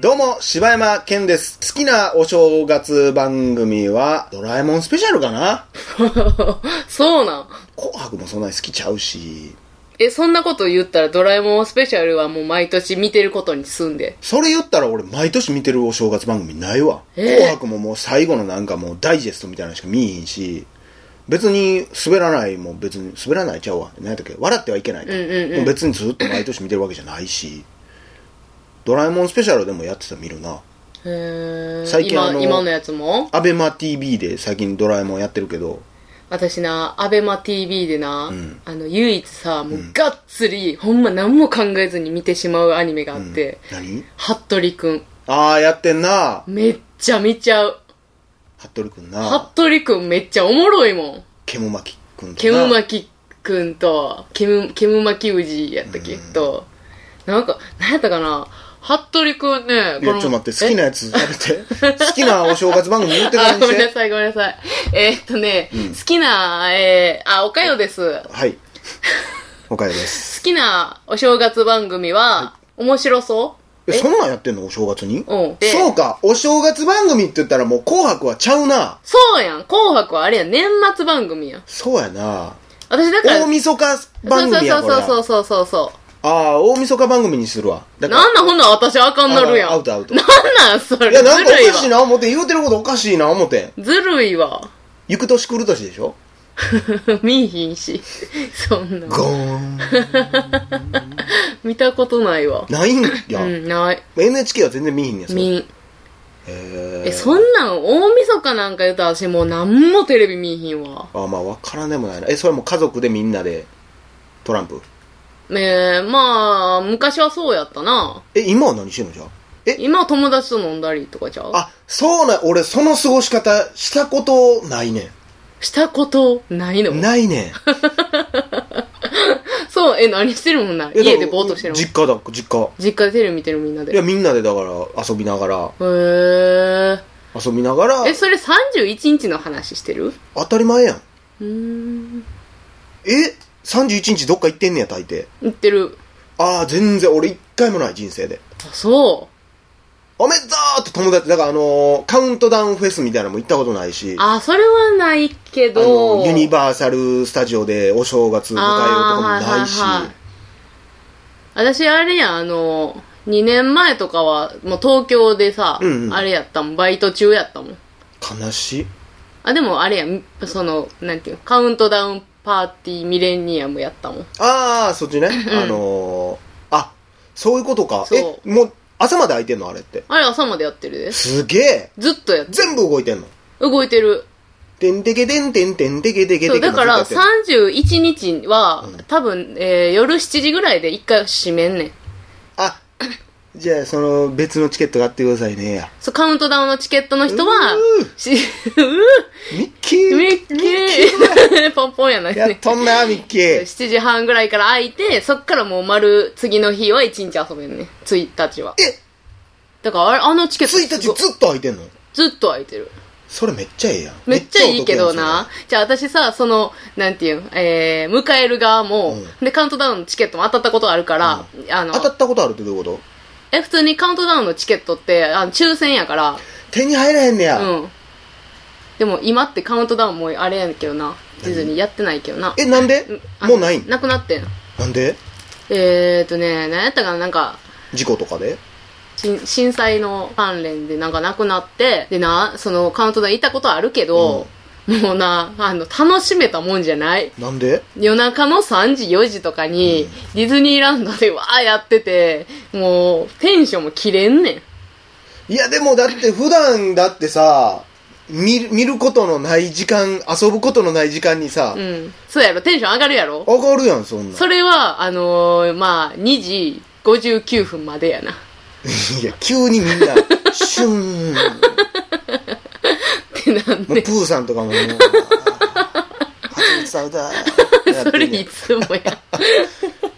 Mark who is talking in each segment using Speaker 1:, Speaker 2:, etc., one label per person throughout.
Speaker 1: どうも、柴山健です。好きなお正月番組は、ドラえもんスペシャルかな
Speaker 2: そうなん。
Speaker 1: 紅白もそんなに好きちゃうし、
Speaker 2: え、そんなこと言ったらドラえもんスペシャルはもう毎年見てることにすんで。
Speaker 1: それ言ったら俺毎年見てるお正月番組ないわ。
Speaker 2: ええ
Speaker 1: 紅白ももう最後のなんかもうダイジェストみたいなのしか見えへんし、別に滑らないも別に滑らないちゃうわ。何やったっけ笑ってはいけないか。
Speaker 2: うんうんうん
Speaker 1: もう別にずっと毎年見てるわけじゃないし、ドラえもんスペシャルでもやってたら見るな。
Speaker 2: へー
Speaker 1: 最近あ
Speaker 2: 今
Speaker 1: の
Speaker 2: 今のやつも
Speaker 1: アベマ TV で最近ドラえもんやってるけど、
Speaker 2: 私な、アベマ TV でな、
Speaker 1: ん
Speaker 2: あの、唯一さ、もううがっつり、ほんま何も考えずに見てしまうアニメがあって、
Speaker 1: 何
Speaker 2: 服部くん。
Speaker 1: ああ、やってんな。
Speaker 2: めっちゃ見ちゃう。
Speaker 1: 服部くんな。
Speaker 2: 服部くんめっちゃおもろいもん。
Speaker 1: ケムマキくんとな。
Speaker 2: ケムマキくんと、ケム、ケムマキウジやったっけ、と、なんか、なんやったかな、服部くんね、
Speaker 1: いやちょっと待って、好きな
Speaker 2: や
Speaker 1: やつ食べて。好きなお正月番組言ってから
Speaker 2: あ、
Speaker 1: に
Speaker 2: ご
Speaker 1: し
Speaker 2: めんな
Speaker 1: て。
Speaker 2: さい、ごめんなさい。えーっとね、好きな、えー、あ、おかよです。
Speaker 1: はい。おかよ です。
Speaker 2: 好きなお正月番組は、面白そう
Speaker 1: え、そんなんやってんのお正月に
Speaker 2: うんで
Speaker 1: そうか。お正月番組って言ったらもう紅白はちゃうな。
Speaker 2: そうやん。紅白はあれやん。年末番組やん。
Speaker 1: そうやな。
Speaker 2: 私だから、
Speaker 1: 大晦日番組やこれ
Speaker 2: そうそ
Speaker 1: は。
Speaker 2: うそうそうそうそ
Speaker 1: ああ、大晦日番組にするわ。
Speaker 2: う。
Speaker 1: だから
Speaker 2: なんなんほんなら私あかんなるやん。
Speaker 1: あアウトアウト
Speaker 2: なんなんそれ。
Speaker 1: いや、なんか
Speaker 2: ずるい
Speaker 1: おかしい
Speaker 2: わ。
Speaker 1: な思って、言うてることおかしいな思って。
Speaker 2: ずるいわ。
Speaker 1: 行く年来る年でしょ
Speaker 2: 見いひんし。そんな。
Speaker 1: ゴーン。
Speaker 2: 見たことないわ。
Speaker 1: ないん
Speaker 2: う
Speaker 1: や。
Speaker 2: ん、ない。
Speaker 1: NHK は全然見えへんねや、それ
Speaker 2: みん。
Speaker 1: へ
Speaker 2: え、そんなん、大晦日なんか言うたら私もうなんもテレビ見いひんわ。
Speaker 1: あまあ分からんでもないなえそれも家族でみんなでトランプ
Speaker 2: ねえ、まあ、昔はそうやったな。
Speaker 1: え今は何してんのじゃあえ
Speaker 2: 今は友達と飲んだりとかちゃう
Speaker 1: あそうな俺その過ごし方したことないね
Speaker 2: したことないの
Speaker 1: んない ねん
Speaker 2: そう、え、何してるもんな。
Speaker 1: いやだから
Speaker 2: 家でぼーっとしてるもん。
Speaker 1: 実家だ実家
Speaker 2: 実家でテレビ見てるみんないで。
Speaker 1: い
Speaker 2: へ
Speaker 1: やみんなでだから遊びながら
Speaker 2: ー。
Speaker 1: 遊びながら
Speaker 2: え、それ31日の話してる
Speaker 1: 当たり前やん
Speaker 2: うーん。
Speaker 1: え31日どっか行ってんねや大抵
Speaker 2: 言ってる。
Speaker 1: ああ全然俺一回もない人生で
Speaker 2: あ、そ
Speaker 1: おめでとうって友達だからあのーカウントダウンフェスみたいなのも行ったことないし
Speaker 2: う。あ、それはないけ
Speaker 1: あ
Speaker 2: ど。
Speaker 1: のユニバーサル・スタジオでお正月迎えようとかもないし、
Speaker 2: あーはいはいはい私、あれや、あの、2年前とかは、もう東京でさ、
Speaker 1: うんうん
Speaker 2: あれやったもん、バイト中やったもん。
Speaker 1: 悲しい
Speaker 2: あ、でもあれやん、その、なんていうの、カウントダウンパーティーミレニアムやったもん。
Speaker 1: ああそっちねあのー、あそういうことか
Speaker 2: そ
Speaker 1: えもう朝まで空いてんのあれって
Speaker 2: あれ朝までやってるで。
Speaker 1: すげえ
Speaker 2: ずっとやって
Speaker 1: 全部動いてんの
Speaker 2: 動いてる。
Speaker 1: てんてけてんてんてんてけてけてけ
Speaker 2: そう、だから
Speaker 1: ずっとやってんの
Speaker 2: 31日は、多分、えー夜7時ぐらいで一回閉めんねん。
Speaker 1: あじゃあその別のチケット買ってくださいねや
Speaker 2: そう、カウントダウンのチケットの人は
Speaker 1: うー、
Speaker 2: し、う
Speaker 1: ミッキー
Speaker 2: ーミッキー ポンポンやない
Speaker 1: やっ
Speaker 2: ね。
Speaker 1: とんなミッキー
Speaker 2: 7時半ぐらいから空いて、そっからもう丸、次の日は1日遊べんねん。1日は。
Speaker 1: え
Speaker 2: だからあれ、あのチケット
Speaker 1: 1日
Speaker 2: す
Speaker 1: ず
Speaker 2: ご
Speaker 1: っと空いてんの
Speaker 2: ずっと空いてる。
Speaker 1: それめっちゃええやん
Speaker 2: めっちゃいいけど
Speaker 1: めっ
Speaker 2: な。じゃあ私さ、その、なんていうん、えー、迎える側も、
Speaker 1: う
Speaker 2: で、カウントダウンのチケットも当たったことあるから、あ
Speaker 1: ちゃお得やんそれ
Speaker 2: の
Speaker 1: 当、たったことあるってどういうこと
Speaker 2: え、普通にカウントダウンのチケットって、あの、抽選やか
Speaker 1: 手に入らへんねや、
Speaker 2: ら、うん。でも今ってカウントダウンもうあれやねんけどな。ディズニーやってないけどな。
Speaker 1: えなんで
Speaker 2: あの
Speaker 1: もうないん
Speaker 2: なくなってん。
Speaker 1: なんで
Speaker 2: えーとね、なんやったかな、なんか、
Speaker 1: 事故とかで
Speaker 2: しん震災の関連でなんかなくなって、でな、そのカウントダウン行ったことあるけど、もうな、あの、楽しめたもんじゃない。
Speaker 1: なんで
Speaker 2: 夜中の3時、4時とかに、ディズニーランドでわーやってて、もう、テンションも切れんねん。
Speaker 1: いやでもだって普段だってさ見る見ることのない時間遊ぶことのない時間にさ、
Speaker 2: うん。そうやろ、テンション上がるやろ
Speaker 1: 上がるやんそんなん
Speaker 2: それは、あのーまあ、2時59分までやな。っ
Speaker 1: いや急にみんなシューンも
Speaker 2: てなん
Speaker 1: うプ
Speaker 2: で、
Speaker 1: ーさんとかも もう「はちみつさんだ」や
Speaker 2: そ
Speaker 1: って
Speaker 2: れ
Speaker 1: んね
Speaker 2: い
Speaker 1: ん
Speaker 2: つもや。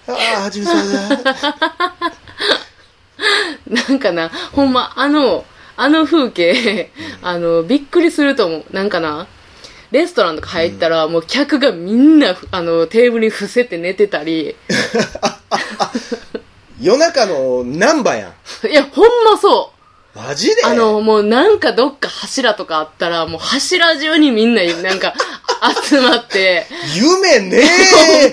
Speaker 1: ああはちみつさんだ
Speaker 2: なんかな、ほんま、あの、あの風景、あの、びっくりすると思う。なんかな、レストランとか入ったら、もう客がみんな、あの、テーブルに伏せて寝てたり、
Speaker 1: 夜中のナンバやん。
Speaker 2: いや、ほんまそう。
Speaker 1: マジで
Speaker 2: あの、もうなんかどっか柱とかあったら、もう柱中にみんななんか集まって、
Speaker 1: 夢ね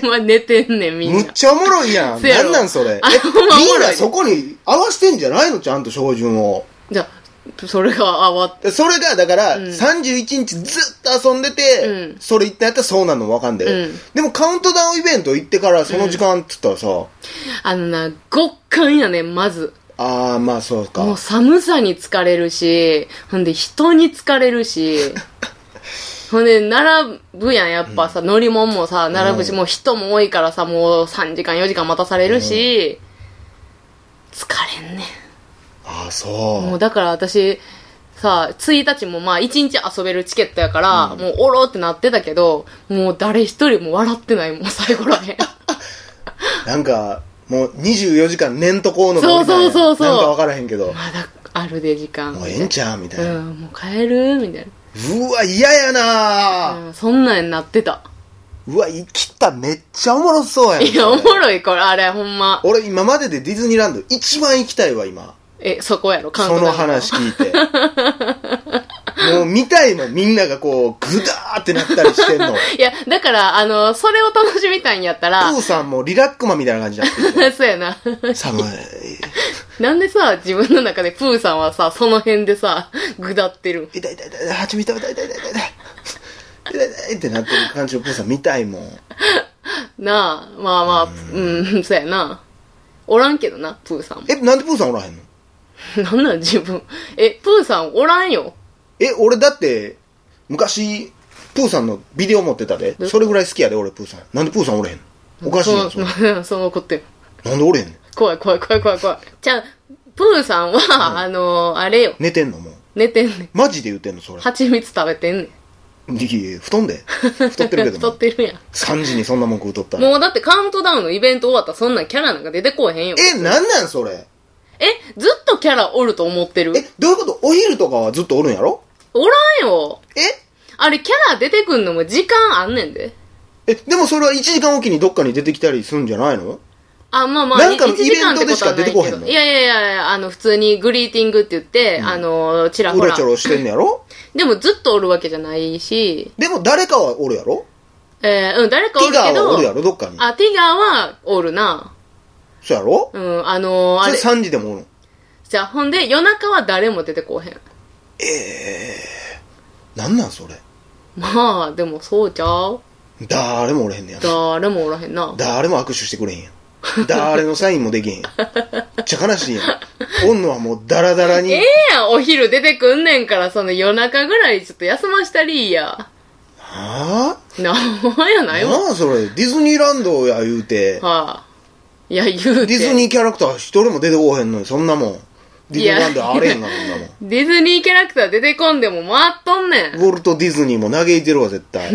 Speaker 1: え
Speaker 2: ほんま寝てんねん、みん
Speaker 1: むっ
Speaker 2: な。
Speaker 1: ちゃおもろいやん。
Speaker 2: せや
Speaker 1: な
Speaker 2: ろ
Speaker 1: んなんそれ。え
Speaker 2: あほんまおもろい
Speaker 1: みんなそこに合わせてんじゃないのちゃんと照準を。
Speaker 2: じゃあそれがあわ
Speaker 1: それが、だから、
Speaker 2: うん
Speaker 1: 31日ずっと遊んでて、
Speaker 2: うん
Speaker 1: それ行ったやったらそうなのわかんで、
Speaker 2: うん
Speaker 1: でもカウントダウンイベント行ってからその時間って言ったらさ、
Speaker 2: あのな、極寒やねん、まず。
Speaker 1: あー、まあそう
Speaker 2: もう
Speaker 1: か。
Speaker 2: 寒さに疲れるし、ほんで人に疲れ るし、ほんで並ぶやん、やっぱさ、乗り物もさ、並ぶし、
Speaker 1: うん
Speaker 2: もう人も多いからさ、もう3時間、4時間待たされるし、疲れんねん。
Speaker 1: あー、
Speaker 2: も
Speaker 1: そう
Speaker 2: だから私、さ、1日もまあ1日遊べるチケットやから、もうおろってなってたけど、もう誰一人も笑ってないもん、 最後らへん。
Speaker 1: う。なんか、もう24時間寝んとこうの
Speaker 2: そうそうそうそう
Speaker 1: なんかわからへんけど、
Speaker 2: まだあるで、時間。、
Speaker 1: もうええんちゃうみたいうな。うん
Speaker 2: もう帰るみたい
Speaker 1: わ、嫌やな
Speaker 2: な。うん、そんなんになってた。
Speaker 1: うわ、生きた、めっちゃおもろそうやん。
Speaker 2: いや、おもろい、これ、あれ、ほんま。
Speaker 1: 俺今まででディズニーランド一番行きたいわ、今。
Speaker 2: え、そこやろ、
Speaker 1: その話。聞いて。もう見たいもん、みんながこう、ぐだーってなったりしてんの。
Speaker 2: いや、だから、あの、それを楽しみたいんやったら
Speaker 1: 父、さんもリラックマみたいな感じになってる
Speaker 2: そうやな。
Speaker 1: 寒い。
Speaker 2: なんでさ、自分の中でプーさんはさ、その辺でさ、ぐだってるん
Speaker 1: 痛い痛い痛い痛い、蜂蜜食べたい痛い痛い痛い痛い。痛い痛いってなってる感じの父さん見たいもん。
Speaker 2: なあ、まあまあ、うん、そうやな。おらんけどな、プーさんも。
Speaker 1: え、なんで父さんおらへんの
Speaker 2: なんなん自分。え、プーさんおらんよ。
Speaker 1: え、俺だって、昔、プーさんのビデオ持ってたで。それぐらい好きやで、俺プーさん。なんでプーさんおれへんのおかしいやん、そ
Speaker 2: そ
Speaker 1: れ
Speaker 2: の、 そのことよ。
Speaker 1: なんでおれへんの
Speaker 2: 怖い怖い怖い怖い怖い。じゃあ、プーさんは、あの、あれよ。
Speaker 1: 寝てんのもう。
Speaker 2: 寝てんねん。
Speaker 1: マジで言ってんのそれ。
Speaker 2: 蜂蜜食べてんねん。
Speaker 1: いやいや布団で。太ってるけど
Speaker 2: 太
Speaker 1: も
Speaker 2: っ。てるやん。
Speaker 1: 3時にそんなもん食うとったら。
Speaker 2: もうだってカウントダウンのイベント終わったらそんなんキャラなんか出てこえへんよ。
Speaker 1: え、なんなんそれ。
Speaker 2: えずっとキャラおると思ってる
Speaker 1: え、どういうことお昼とかはずっとおるんやろ
Speaker 2: おらんよ。
Speaker 1: え
Speaker 2: あれキャラ出てくんのも時間あんねんで。
Speaker 1: え、でもそれは1時間おきにどっかに出てきたりするんじゃないの
Speaker 2: あ、まあまあ、
Speaker 1: なんかの
Speaker 2: い一時間ってことはないけど
Speaker 1: イベントでしか出てこへんの
Speaker 2: いやいやいやいや、あの、普通にグリーティングって言って、あの、ちら
Speaker 1: う
Speaker 2: ほ
Speaker 1: ろ
Speaker 2: ら
Speaker 1: ち。ょろしてんのや ろ
Speaker 2: でもずっとおるわけじゃないし、
Speaker 1: でも誰かはおるやろ
Speaker 2: えー、うん、誰か
Speaker 1: テ
Speaker 2: お
Speaker 1: ィ
Speaker 2: る
Speaker 1: ガ
Speaker 2: け
Speaker 1: ーはおるや
Speaker 2: ど、
Speaker 1: ろどっかに。
Speaker 2: あ、ティガーはおるな。
Speaker 1: そうやろ
Speaker 2: うん、あのー、
Speaker 1: そ
Speaker 2: あ
Speaker 1: れ
Speaker 2: れ、
Speaker 1: 3時でもおるの。
Speaker 2: じゃあほんで夜中は誰も出てこへん。
Speaker 1: なんなんそれ。
Speaker 2: まあ、でもそうちゃう
Speaker 1: 誰もおれへんねや。
Speaker 2: 誰もおらへんな。
Speaker 1: 誰も握手してくれへんやん。誰のサインもできへん やん。めっちゃ悲しいやん。おんのはもうダラダラに。
Speaker 2: ええやん、お昼出てくんねんから、その夜中ぐらいちょっと休ましたりーや。
Speaker 1: はぁ、
Speaker 2: なんほんまやないわ。は
Speaker 1: なあそれディズニーランドや言うて
Speaker 2: あ。いや、言うて。
Speaker 1: ディズニーキャラクター一人も出てこおへんのにそんなもんディズニーランドあれへんがそんなもん
Speaker 2: ディズニーキャラクター出てこんでも回っとんねん。
Speaker 1: ウォルト・ディズニーも嘆いてるわ絶対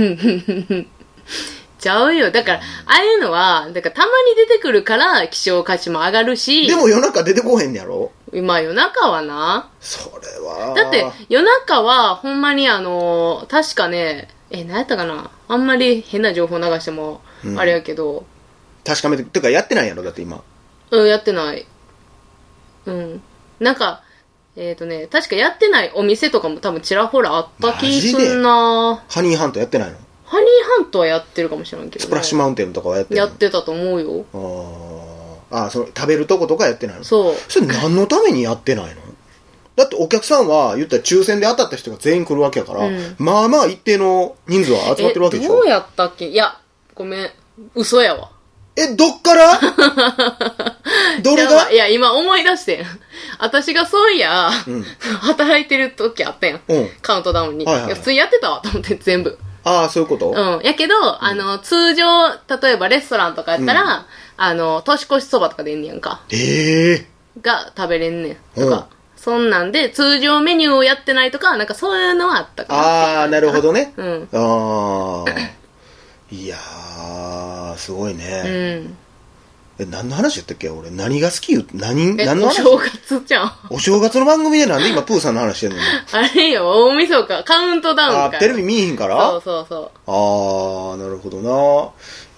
Speaker 2: ちゃうよ。だから、ああいうのは、だからたまに出てくるから、希少価値も上がるし、
Speaker 1: でも夜中出てこおへんねやろ
Speaker 2: まあ夜中はな。
Speaker 1: それは
Speaker 2: だって、夜中は、ほんまにあのー確かね、え、何やったかなあんまり変な情報流しても
Speaker 1: う、ん
Speaker 2: あれやけど、
Speaker 1: 確かめててかやってないやろだって今
Speaker 2: うん、やってない。うん。なんか、えっ、とね、確かやってないお店とかも多分ちらほらあった気すんな
Speaker 1: ハニーハントやってないの
Speaker 2: ハニーハントはやってるかもしれんけど、ね。
Speaker 1: スプラッシュマウンテンとかはやってる
Speaker 2: や
Speaker 1: の
Speaker 2: ってたと思うよ。
Speaker 1: あーあその食べるとことかやってないの
Speaker 2: そう。
Speaker 1: それ何のためにやってないのだってお客さんは言ったら抽選で当たった人が全員来るわけやから、
Speaker 2: うん
Speaker 1: まあまあ一定の人数は集まってるわけでし
Speaker 2: えど
Speaker 1: ょ
Speaker 2: うやったっけいや、ごめん。嘘やわ。
Speaker 1: えどっから どれ
Speaker 2: や
Speaker 1: が
Speaker 2: ばいや、今思い出してん。 私がそういや、
Speaker 1: ん
Speaker 2: 働いてる時あったやん。
Speaker 1: うん
Speaker 2: カウントダウンに。
Speaker 1: はいはいはい
Speaker 2: や普通にやってたわと思って、 全部。
Speaker 1: ああそういうこと、
Speaker 2: うん。やけど、あの、通常、例えばレストランとかやったら、あの、年越しそばとか出んねやんか。
Speaker 1: ええ
Speaker 2: が食べれんねん。と
Speaker 1: うん
Speaker 2: か。そんなんで、通常メニューをやってないとか、なんかそういうのはあったか
Speaker 1: ああなるほどね、
Speaker 2: な。うん。
Speaker 1: ああいやーすごいね
Speaker 2: う、ん。
Speaker 1: え何の話やったっけ俺何が好き言う何
Speaker 2: え、
Speaker 1: 何の
Speaker 2: お
Speaker 1: 話
Speaker 2: 正月じゃん。
Speaker 1: お正月の番組でなんで今プーさんの話してんの
Speaker 2: あれよ、大晦日、カウントダウン
Speaker 1: あ
Speaker 2: か
Speaker 1: ー
Speaker 2: ら。
Speaker 1: テレビ見えへんから
Speaker 2: そうそうそう。
Speaker 1: ああなるほどな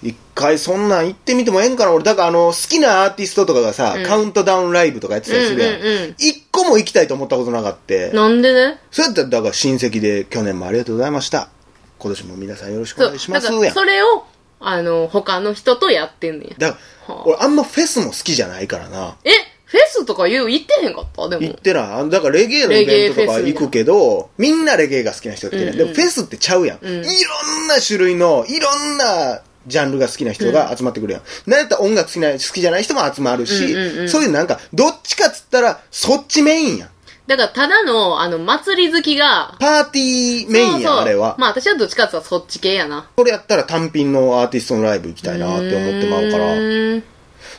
Speaker 1: 一回そんなん行ってみてもええんかな俺、だからあの、好きなアーティストとかがさ、
Speaker 2: うん
Speaker 1: カウントダウンライブとかやってたりするやん。
Speaker 2: うんうんうん
Speaker 1: 一個も行きたいと思ったことなかって。
Speaker 2: なんでね
Speaker 1: そうやったら、だから親戚で去年もありがとうございました。今年も皆さんよろしくお
Speaker 2: そう
Speaker 1: 願いしま
Speaker 2: だ
Speaker 1: す
Speaker 2: か
Speaker 1: や
Speaker 2: ら
Speaker 1: ん。
Speaker 2: それをあの他の人とやってんねや
Speaker 1: だから
Speaker 2: はあ、
Speaker 1: 俺あんまフェスも好きじゃないからな。
Speaker 2: えフェスとか言う行ってへんかったで
Speaker 1: 行っ
Speaker 2: も
Speaker 1: てない。あだからレゲエのイベントとか
Speaker 2: レゲエフェス
Speaker 1: 行
Speaker 2: みたいな
Speaker 1: くけど、みんなレゲエが好きな人ってね、
Speaker 2: うんうん
Speaker 1: でもフェスってちゃうやん,、
Speaker 2: うん
Speaker 1: いろんな種類の、いろんなジャンルが好きな人が集まってくるやん。なんやったら音楽好きな好きじゃない人も集まるし、
Speaker 2: うんうんうん
Speaker 1: そういうなんか、どっちかっつったら、そっちメインやん。
Speaker 2: だからただのあの祭り好きが
Speaker 1: パーティーメインやん、
Speaker 2: そうそう
Speaker 1: あれは。
Speaker 2: まあ私はどっちかっていうとそっち系やな
Speaker 1: これやったら単品のアーティストのライブ行きたいなって思ってまうから。
Speaker 2: ーん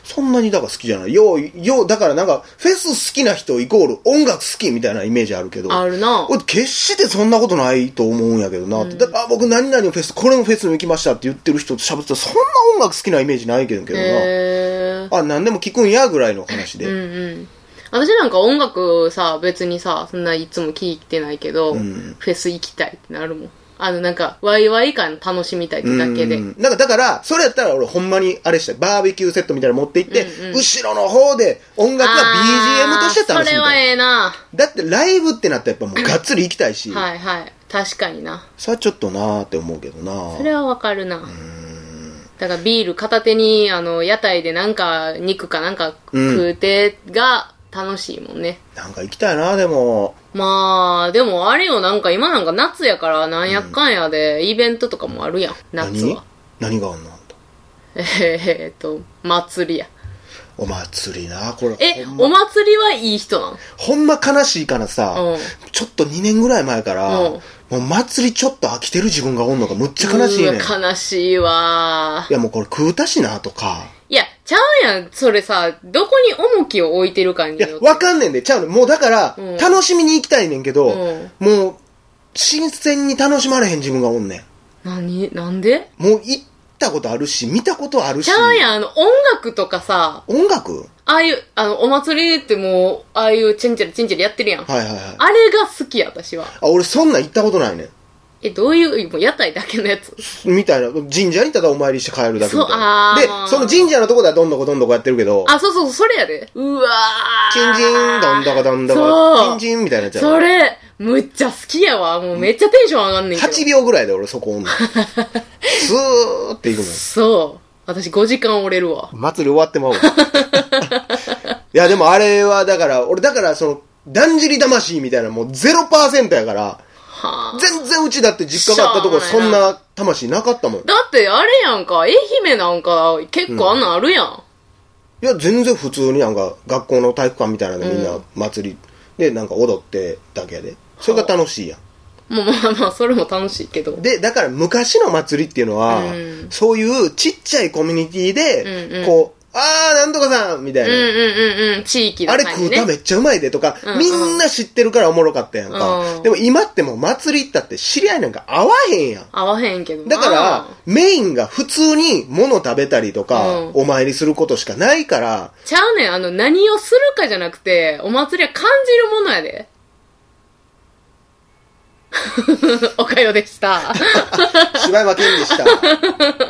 Speaker 1: そんなにだから好きじゃない。よう、よう、だからなんか、フェス好きな人イコール音楽好きみたいなイメージあるけど。
Speaker 2: あるな
Speaker 1: 俺、決してそんなことないと思うんやけどなって。だから、あ僕何々のフェス、これのフェスに行きましたって言ってる人と喋ってたら、そんな音楽好きなイメージないけどな。
Speaker 2: へえ
Speaker 1: あ、何でも聞くんや、ぐらいの話
Speaker 2: うん
Speaker 1: で。
Speaker 2: うん私なんか音楽さ別にさそんないつも聴いてないけど、
Speaker 1: ん
Speaker 2: フェス行きたいってなるもんあのなんかワイワイ感楽しみたいってだけで、
Speaker 1: うんなんか、だから、それやったら俺ほんまにあれしたい。バーベキューセットみたいなの持って行って、
Speaker 2: うんうん
Speaker 1: 後ろの方で音楽は BGM として楽し
Speaker 2: あーそれ
Speaker 1: み
Speaker 2: は
Speaker 1: たい。
Speaker 2: ええな
Speaker 1: だってライブってなったらやっぱもうがっつり行きたいし、
Speaker 2: はいはい確かにな
Speaker 1: それはちょっとなーって思うけどな
Speaker 2: それはわかるなだからビール片手にあの屋台でなんか肉かなんか
Speaker 1: うん
Speaker 2: 食うてが楽しいもんね、
Speaker 1: なんか行きたいな、でも。
Speaker 2: まあでもあれよなんか今なんか夏やからなんやかんやでイベントとかもあるやん夏は
Speaker 1: 何何があんのあんた
Speaker 2: えーっと祭りや
Speaker 1: お祭りな、これ。
Speaker 2: え、
Speaker 1: ほんま
Speaker 2: お祭りはいい人なの
Speaker 1: ほんま悲しいからさ、
Speaker 2: うん
Speaker 1: ちょっと2年ぐらい前から、
Speaker 2: うん
Speaker 1: もう祭りちょっと飽きてる自分がおんのがむっちゃ悲しいねん。
Speaker 2: う
Speaker 1: い
Speaker 2: ーわ悲しいわ
Speaker 1: やもうこれ食うたしなとか。
Speaker 2: いやちゃうやんそれさどこに重きを置いてるかに
Speaker 1: いや
Speaker 2: よっ、て
Speaker 1: わかんねんで、ちゃうねんもうだから、
Speaker 2: うん
Speaker 1: 楽しみに行きたいねんけど、
Speaker 2: うん
Speaker 1: もう、新鮮に楽しまれへん自分がおんねん。
Speaker 2: 何なんで
Speaker 1: もう行ったことあるし、見たことあるし。
Speaker 2: ちゃうやんあの音楽とかさ
Speaker 1: 音楽
Speaker 2: ああいう、あの、お祭りってもう、ああいうチンチラチンチラやってるやん。
Speaker 1: はいはいはい。あ、
Speaker 2: あれが好きや、私は。
Speaker 1: 俺そんなん行ったことないねん。
Speaker 2: え、どういう、もう屋台だけのやつ。
Speaker 1: みたいな、神社にただお参りして帰るだけみたいな。で
Speaker 2: そうあ、ー
Speaker 1: その神社のとこではどんどこどんどこやってるけど、
Speaker 2: あ、そうそう、それやで。うわー。
Speaker 1: チンジン、どんどこどんどこ、チ
Speaker 2: そ
Speaker 1: ン
Speaker 2: う。
Speaker 1: ジンみたいなやつや
Speaker 2: そ
Speaker 1: ろ。
Speaker 2: れ、むっちゃ好きやわ。もうめっちゃテンション上がんねんけど。
Speaker 1: 8秒ぐらいで俺そこおん の。スーって行く
Speaker 2: そう。私5時間折れるわ。
Speaker 1: の。祭り終わってまうわ。いや、でもあれはだから、俺だからその、だんじり魂みたいなもう0%やから、
Speaker 2: はあ。
Speaker 1: 全然うちだって実家があったところ
Speaker 2: し
Speaker 1: そ
Speaker 2: ょ
Speaker 1: う
Speaker 2: も
Speaker 1: ん
Speaker 2: ないな
Speaker 1: な魂なかったもん。い
Speaker 2: だって、あれやんか、愛媛なんか、結構あんなんあるやん。
Speaker 1: や、全然普通になんか学校の体育館みたいなのでみんな祭りでなんか踊ってだけやで。それが楽しいやん。
Speaker 2: もうまあまあ、それも楽しいけど。
Speaker 1: で、だから昔の祭りっていうのは、
Speaker 2: うん
Speaker 1: そういうちっちゃいコミュニティで、
Speaker 2: うんうん
Speaker 1: こう、あー、なんとかさんみたい
Speaker 2: うん
Speaker 1: な。
Speaker 2: うんうんうん。地域
Speaker 1: あ
Speaker 2: だ
Speaker 1: れ
Speaker 2: 感
Speaker 1: 食
Speaker 2: じ
Speaker 1: う
Speaker 2: ね。
Speaker 1: ためっちゃうまいでとか、
Speaker 2: うんうん
Speaker 1: みんな知ってるからおもろかったやんか。
Speaker 2: うん
Speaker 1: でも今ってもう祭り行ったって知り合いなんか合わへんやん。
Speaker 2: 合わへんけどな
Speaker 1: だから、メインが普通に物食べたりとか、
Speaker 2: うん
Speaker 1: お参りすることしかないから、
Speaker 2: ちゃうねん、あの、何をするかじゃなくて、お祭りは感じるものやで。 おかよでした。
Speaker 1: 柴山健で した。ありがとう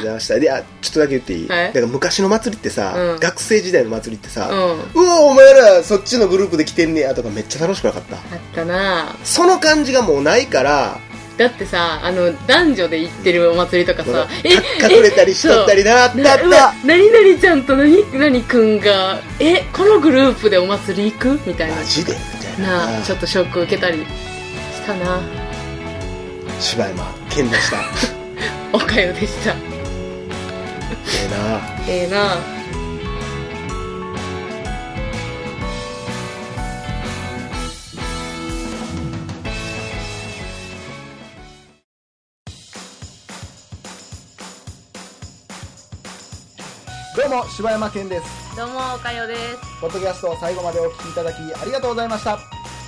Speaker 1: ございました。で、あ、ちょっとだけ言っていい、
Speaker 2: はい
Speaker 1: だから昔の祭りってさ、
Speaker 2: うん
Speaker 1: 学生時代の祭りってさ、
Speaker 2: うん。あ
Speaker 1: うわお前らそっちのグループで来てんねやとかめっちゃ楽しくなかった
Speaker 2: ったなぁ
Speaker 1: その感じがもうないから
Speaker 2: だってさ、あの、男女で行ってるお祭りとか
Speaker 1: もう
Speaker 2: さ、え、
Speaker 1: か隠れたりしとったりなあった
Speaker 2: え
Speaker 1: あ
Speaker 2: な
Speaker 1: っ
Speaker 2: うわ
Speaker 1: た、
Speaker 2: 何々ちゃんと何々くんが、え、このグループでお祭り行くみたいな
Speaker 1: マ。ジでみたいな
Speaker 2: なあちょっとショック受けたりしたな
Speaker 1: 柴山健でした
Speaker 2: おかよでした。
Speaker 1: ええなあ
Speaker 2: ええなぁ
Speaker 1: どうも柴山健です
Speaker 2: どうも、おかよです。
Speaker 1: ポッドキャストを最後までお聞きいただきありがとうございました